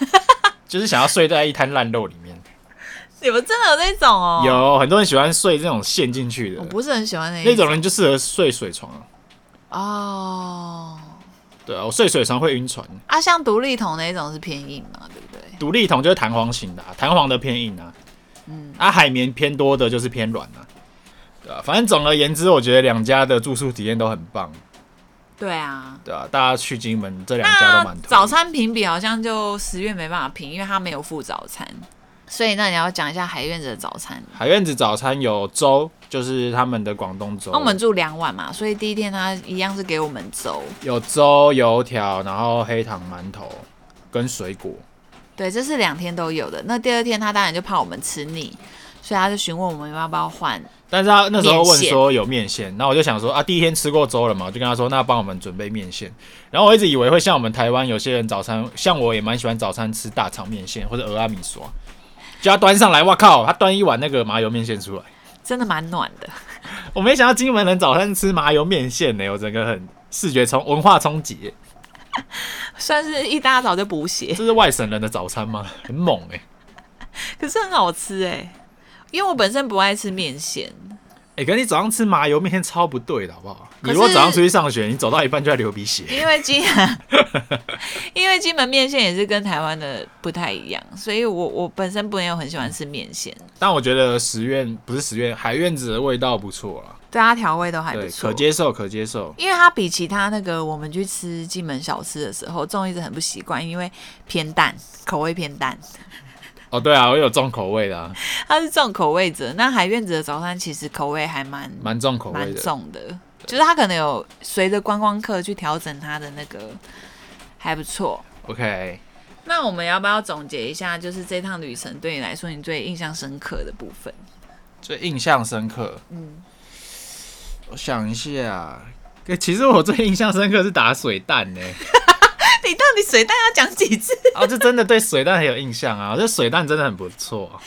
Speaker 2: 就是想要睡在一滩烂肉里面。
Speaker 1: 你们真的有那种哦？，
Speaker 2: 有很多人喜欢睡这种陷进去
Speaker 1: 我
Speaker 2: 的，
Speaker 1: 不是很喜欢那一
Speaker 2: 那种人就适合睡水床啊。
Speaker 1: 哦。
Speaker 2: 对啊，我睡水床会晕船。
Speaker 1: 啊，像独立筒那一种是偏硬嘛，对不对？
Speaker 2: 独立筒就是弹簧型的、啊，弹簧的偏硬啊。嗯，啊，海绵偏多的就是偏软了、对啊，反正总而言之，我觉得两家的住宿体验都很棒，
Speaker 1: 对啊。
Speaker 2: 对啊，大家去金门这两家都
Speaker 1: 那
Speaker 2: 蛮推的
Speaker 1: 早餐评比好像就十月没办法评，因为它没有附早餐，所以那你要讲一下海院子的早餐。
Speaker 2: 海院子早餐有粥，就是他们的广东粥。
Speaker 1: 那我们住两晚嘛，所以第一天他一样是给我们粥，
Speaker 2: 有粥、油条，然后黑糖馒头跟水果。
Speaker 1: 对，这是两天都有的。那第二天他当然就怕我们吃腻，所以他就询问我们要不要换。
Speaker 2: 但是他那时候
Speaker 1: 面
Speaker 2: 问
Speaker 1: 线
Speaker 2: 说有面线，那我就想说啊，第一天吃过粥了嘛，我就跟他说那帮我们准备面线。然后我一直以为会像我们台湾有些人早餐，像我也蛮喜欢早餐吃大肠面线或者鹅阿米刷，就他端上来，哇靠，他端一碗那个麻油面线出来，
Speaker 1: 真的蛮暖的，
Speaker 2: 我没想到金门人早餐吃麻油面线呢、我整个很视觉冲文化冲击耶、
Speaker 1: 算是一大早就补血，
Speaker 2: 这是外省人的早餐吗？很猛哎、
Speaker 1: 可是很好吃哎、因为我本身不爱吃面线，
Speaker 2: 哎、可是你早上吃麻油面线超不对的，好不好？
Speaker 1: 可
Speaker 2: 你如果
Speaker 1: 是
Speaker 2: 早上出去上学，你走到一半就要流鼻血。
Speaker 1: 因为金， 因为金门面线也是跟台湾的不太一样，所以我我本身没有很喜欢吃面线，
Speaker 2: 但我觉得十院不是十院，海院子的味道不错啦，
Speaker 1: 对它调味都还不
Speaker 2: 对，
Speaker 1: 错
Speaker 2: 可。接受，可接受。
Speaker 1: 因为它比其他那个我们去吃金门小吃的时候，粽一直很不习惯，因为偏淡，口味偏淡。
Speaker 2: 哦，对啊，我有重口味的、啊，
Speaker 1: 它是重口味者，那海院子的早餐其实口味还蛮
Speaker 2: 蛮重口味
Speaker 1: 蛮
Speaker 2: 的。
Speaker 1: 重的，就是它可能有随着观光客去调整它的那个，还不错。
Speaker 2: OK，
Speaker 1: 那我们要不要总结一下，就是这趟旅程对你来说你最印象深刻的部分？
Speaker 2: 最印象深刻，
Speaker 1: 嗯，
Speaker 2: 我想一下。欸其实我最印象深刻是打水弹 呢、
Speaker 1: 你到底水蛋要讲几次？
Speaker 2: 啊，这真的对水弹很有印象啊，这水弹真的很不错、啊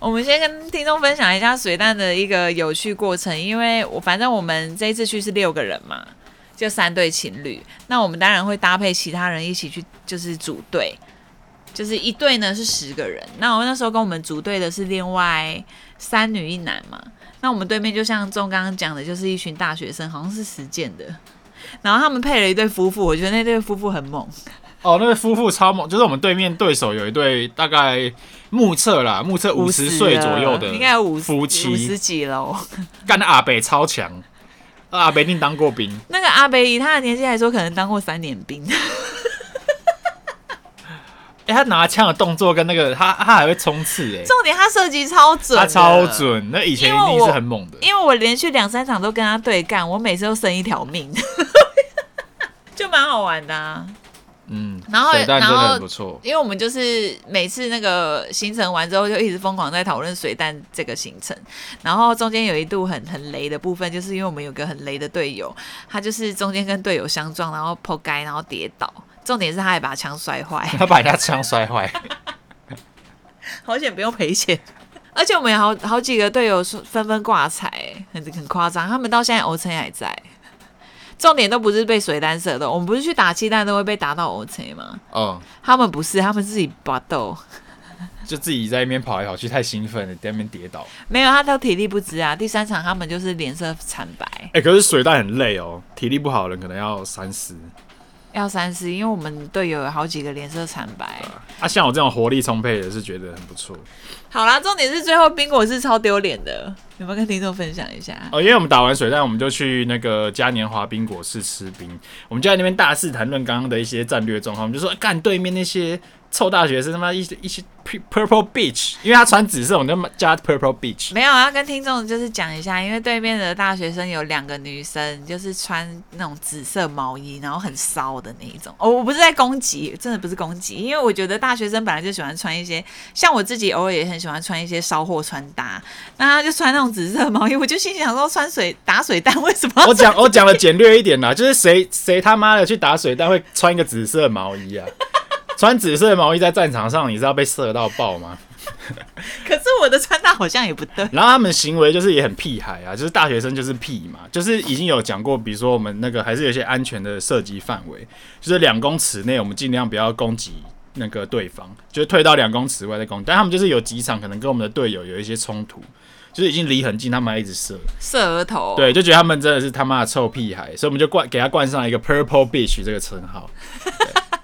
Speaker 1: 我们先跟听众分享一下水蛋的一个有趣过程，因为我反正我们这一次去是六个人嘛，就三对情侣，那我们当然会搭配其他人一起去，就是组队，就是一队呢是十个人，那我那时候跟我们组队的是另外三女一男嘛，那我们对面就像钟刚刚讲的，就是一群大学生，好像是实践的。然后他们配了一对夫妇，我觉得那对夫妇很猛，
Speaker 2: 哦，那个夫妇超猛，就是我们对面对手有一对大概目测啦，目测五十岁左右的
Speaker 1: 应该有五十
Speaker 2: 夫
Speaker 1: 五十
Speaker 2: 妻，
Speaker 1: 几了哦。
Speaker 2: 干那阿北超强，那阿北一定当过兵，
Speaker 1: 那个阿北以他的年纪来说，可能当过三年兵。
Speaker 2: 哎、他拿枪的动作跟那个他他还会冲刺、哎，
Speaker 1: 重点他射击超准，
Speaker 2: 他超。准，那以前一定是很猛的，
Speaker 1: 因为我连续两三场都跟他对干，我每次都剩一条命， 就蛮好玩的、啊。
Speaker 2: 嗯，
Speaker 1: 然后
Speaker 2: 水弹真的
Speaker 1: 然后
Speaker 2: 很不错，
Speaker 1: 因为我们就是每次那个行程完之后，就一直疯狂在讨论水弹这个行程。然后中间有一度很很雷的部分，就是因为我们有个很雷的队友，他就是中间跟队友相撞，然后破街，然后跌倒。重点是他还把枪摔坏。
Speaker 2: 他把人家枪摔坏，
Speaker 1: 好险不用赔钱。 而且我们有好好几个队友说纷纷挂彩，很很夸张。他们到现在欧城还在， 重点都不是被水单射的。我们不是去打气弹都会被打到欧城吗？
Speaker 2: 哦、
Speaker 1: 他们不是，他们自己搏斗，
Speaker 2: 就自己在那边跑来跑去，太兴奋了，在那边跌倒，
Speaker 1: 没有他都体力不支啊。第三场他们就是脸色惨白，
Speaker 2: 哎、可是水弹很累哦，体力不好的人可能要三思。
Speaker 1: 要三思，因为我们队友有好几个脸色惨白。
Speaker 2: 啊，像我这种活力充沛的是觉得很不错
Speaker 1: 好啦，重点是最后冰果是超丢脸的，有没有跟听众分享一下？
Speaker 2: 哦，因为我们打完水弹，我们就去那个嘉年华冰果室吃冰，我们就在那边大肆谈论刚刚的一些战略状况，我们就说干对面那些臭大学生他妈一些一些 pu- purple beach，因为他穿紫色，我们就叫他 purple beach。
Speaker 1: 没有，要跟听众就是讲一下，因为对面的大学生有两个女生，就是穿那种紫色毛衣，然后很骚的那一种。哦，我不是在攻击，真的不是攻击，因为我觉得大学生本来就喜欢穿一些，像我自己偶尔也很喜欢穿一些骚货穿搭，那他就穿那种紫色毛衣，我就心想说，穿水打水弹 为什么要
Speaker 2: 我讲我讲的简略一点啦，就是谁谁他妈的去打水弹会穿一个紫色毛衣啊？穿紫色毛衣在战场上，你是要被射到爆吗？
Speaker 1: 可是我的穿搭好像也不对。
Speaker 2: 然后他们行为就是也很屁孩啊，就是大学生就是屁嘛，就是已经有讲过，比如说我们那个还是有一些安全的涉及范围，就是两公尺内我们尽量不要攻击那个对方，就是退到两公尺外再攻击。但他们就是有几场可能跟我们的队友有一些冲突，就是已经离很近，他们还一直射，
Speaker 1: 射额头，
Speaker 2: 对，就觉得他们真的是他妈的臭屁孩，所以我们就冠给他冠上一个 Purple Beach 这个称号。对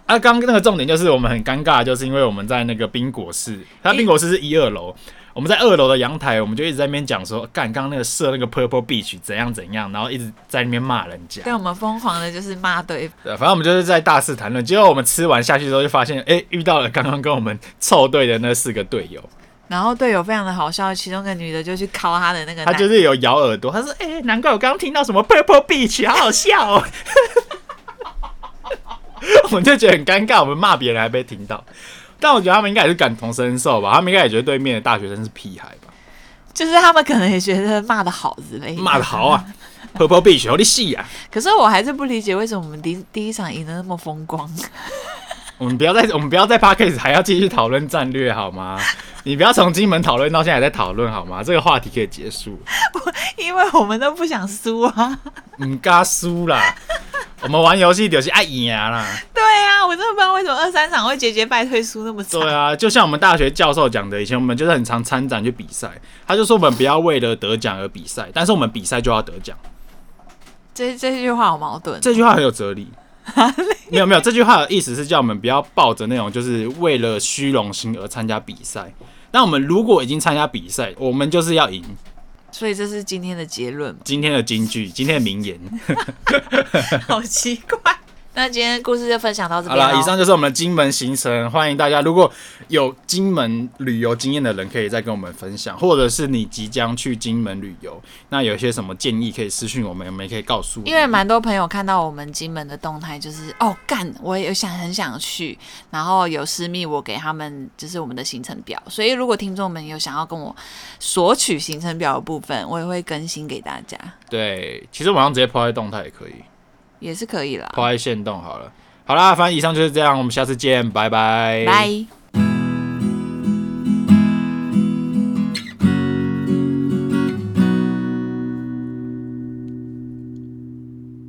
Speaker 2: 啊，刚刚那个重点就是我们很尴尬，就是因为我们在那个冰果室，它冰果室是一二楼，我们在二楼的阳台，我们就一直在那边讲说，干刚刚那个射那个 Purple Beach 怎样怎样，然后一直在那边骂人家。
Speaker 1: 对我们疯狂的就是骂对，
Speaker 2: 对，反正我们就是在大肆谈论。结果我们吃完下去之后，就发现，哎、遇到了刚刚跟我们凑对的那四个队友，
Speaker 1: 然后队友非常的好笑，其中一个女的就去敲他的那个
Speaker 2: 他
Speaker 1: 男，
Speaker 2: 就是有咬耳朵，他说，哎、难怪我刚刚听到什么 Purple Beach，好好笑哦。 我们就觉得很尴尬，我们骂别人还被听到。但我觉得他们应该也是感同身受吧，他们应该也觉得对面的大学生是屁孩吧，
Speaker 1: 就是他们可能也觉得骂的好之类的，
Speaker 2: 骂的好啊。，Purple Beach 好你戏啊！
Speaker 1: 可是我还是不理解为什么我们第第一场赢得那么风光。
Speaker 2: 我们不要再我们不要再 p a r k a s 还要继续讨论战略好吗？你不要从金门讨论到现在还在讨论好吗？这个话题可以结束。
Speaker 1: 因为我们都不想输啊。
Speaker 2: 唔敢输啦。我们玩游戏就是爱赢啦。
Speaker 1: 对啊，我真的不知道为什么二三场会节节败退，输那么惨。
Speaker 2: 对啊，就像我们大学教授讲的，以前我们就是很常参展去比赛，他就说我们不要为了得奖而比赛，但是我们比赛就要得奖。
Speaker 1: 这这句话好矛盾。
Speaker 2: 这句话很有哲理。没有没有，这句话的意思是叫我们不要抱着那种就是为了虚荣心而参加比赛。那我们如果已经参加比赛，我们就是要赢。，
Speaker 1: 所以这是今天的结论嘛
Speaker 2: 今天的金句，今天的名言。
Speaker 1: 好奇怪。那今天故事就分享到这
Speaker 2: 好
Speaker 1: 边哦咯
Speaker 2: 啦，以上就是我们的金门行程，欢迎大家如果有金门旅游经验的人，可以再跟我们分享，或者是你即将去金门旅游，那有一些什么建议可以私讯我们，我们也可以告诉我们
Speaker 1: 因为蛮多朋友看到我们金门的动态，就是哦干，我也有想很想去，然后有私密我给他们就是我们的行程表，所以如果听众们有想要跟我索取行程表的部分，我也会更新给大家，
Speaker 2: 对，其实网上直接抛在动态也可以，
Speaker 1: 也是可以啦。
Speaker 2: 抛在线动好了。好啦，反正以上就是这样，我们下次见，拜拜，
Speaker 1: 拜。